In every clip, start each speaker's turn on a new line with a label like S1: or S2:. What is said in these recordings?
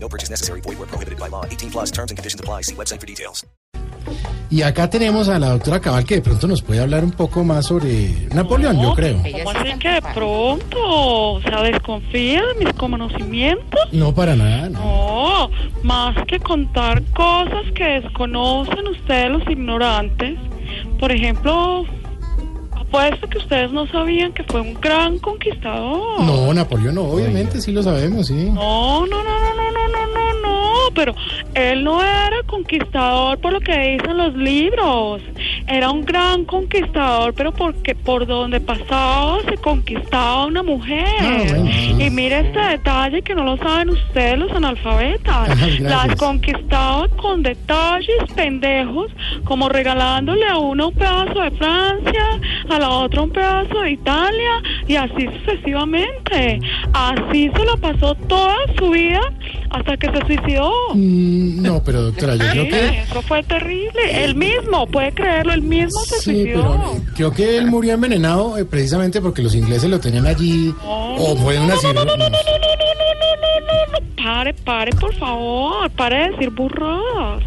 S1: No purchase necessary. Void where prohibited by law. 18 plus terms and conditions apply. See website for details.
S2: Y acá tenemos a la doctora Cabal que de pronto nos puede hablar un poco más sobre Napoleón, yo creo.
S3: ¿Cómo así que de pronto? O sea, desconfía de mis conocimientos.
S2: No, para nada, no.
S3: No, más que contar cosas que desconocen ustedes los ignorantes. Por ejemplo, apuesto que ustedes no sabían que fue un gran conquistador.
S2: No, Napoleón no, obviamente sí lo sabemos, sí.
S3: No, no, no, no, no, no, no, no, no, pero él no era conquistador por lo que dicen los libros. Era un gran conquistador, pero porque por donde pasaba se conquistaba una mujer.
S2: No, Ah, bueno.
S3: Y mira este detalle que no lo saben ustedes los analfabetas.
S2: Ay, gracias.
S3: Las conquistaba con detalles pendejos, como regalándole a una un pedazo de Francia, a la otra un pedazo de Italia y así sucesivamente. Así se lo pasó toda su vida hasta que se suicidó.
S2: Mm, No, pero doctora, yo creo
S3: Sí,
S2: que...
S3: eso fue terrible. Él mismo, puede creerlo, él mismo se
S2: Sí,
S3: suicidó.
S2: pero eh, creo que él murió envenenado eh, precisamente porque los ingleses lo tenían allí. O fue Oh, una
S3: Oh. No, no, no, no, no, no, no, no,
S2: cirugía.
S3: no, no, no, no. Pare, pare, por favor. Pare de decir burradas.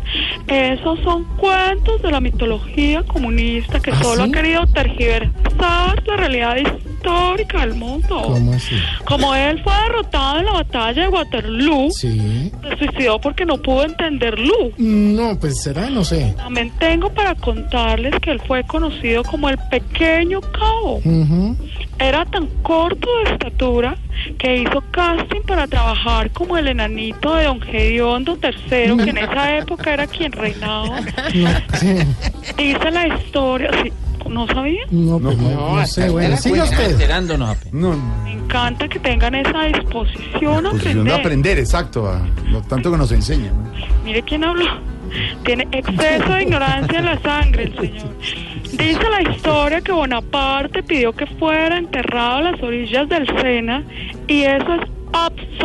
S3: Esos son cuentos de la mitología comunista que
S2: ¿Ah,
S3: solo
S2: sí?
S3: ha querido tergiversar la realidad histórica del mundo.
S2: ¿Cómo así?
S3: Como él fue derrotado en la batalla de Waterloo,
S2: Sí.
S3: se suicidó porque no pudo entenderlo.
S2: Mm, No, pues será, no sé.
S3: También tengo para contarles que él fue conocido como el pequeño cabo.
S2: Ujú.
S3: Era tan corto de estatura que hizo casting para trabajar como el enanito de Don Gediondo III, que en esa época era quien reinaba.
S2: No, sí.
S3: Dice la historia, sí, ¿no sabía?
S2: No, pues no, no sé. Bueno, siga usted.
S4: Enterándonos.
S5: No,
S3: Me encanta que tengan esa disposición a
S5: posición
S3: aprender.
S5: de Pues, aprender, exacto. a- lo tanto que nos enseña. ¿no?
S3: Mire quién habló. Tiene exceso de ignorancia en la sangre el señor. Dice la historia que Bonaparte pidió que fuera enterrado a las orillas del Sena y eso es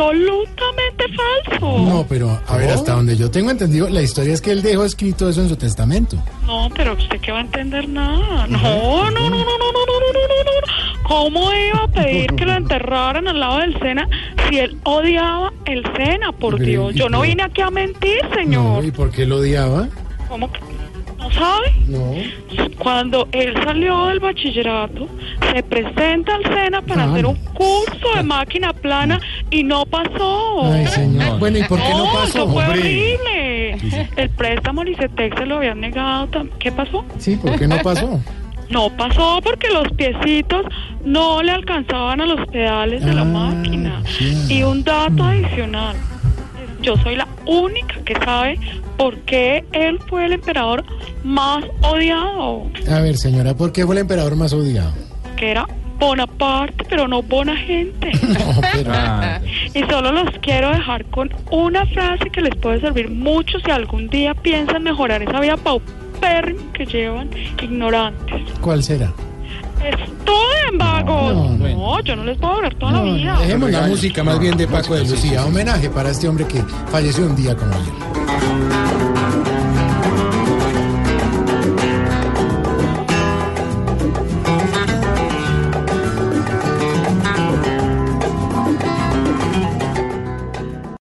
S3: absolutamente falso.
S2: No, pero a ver, hasta donde yo tengo entendido, la historia es que él dejó escrito eso en su testamento.
S3: No, pero usted que va a entender nada. No, no, no, no, no, no, no, no, no, no, no. ¿Cómo iba a pedir que lo enterraran al lado del Sena si él odiaba el Sena? Por
S2: Pero,
S3: Dios,
S2: ¿y
S3: yo no
S2: por-
S3: vine aquí a mentir,
S2: No,
S3: señor.
S2: ¿y por qué lo odiaba?
S3: ¿Cómo que no sabe?
S2: No.
S3: Cuando él salió del bachillerato, se presenta al SENA para
S2: Ah.
S3: hacer un curso de máquina plana y no pasó.
S2: Ay, señor. Bueno, ¿y por qué no
S3: No,
S2: pasó?
S3: eso fue
S2: hombre?
S3: horrible. El préstamo Licetex se lo habían negado. tam- ¿Qué pasó?
S2: Sí, ¿por qué no pasó?
S3: No pasó porque los piecitos no le alcanzaban a los pedales de
S2: Ah,
S3: la máquina.
S2: sí.
S3: Y un dato adicional. Yo soy la única que sabe por qué él fue el emperador más odiado.
S2: A ver, señora, ¿por qué fue el emperador más odiado?
S3: que era Bonaparte, pero no bona gente.
S2: No, pero,
S3: Y solo los quiero dejar con una frase que les puede servir mucho si algún día piensan mejorar esa vida paupérrima que llevan ignorantes.
S2: ¿cuál será?
S3: ¡Estudien, vagos! No, yo no les puedo hablar toda la vida.
S2: Dejemos la música más bien de Paco de Lucía, homenaje para este hombre que falleció un día como ayer.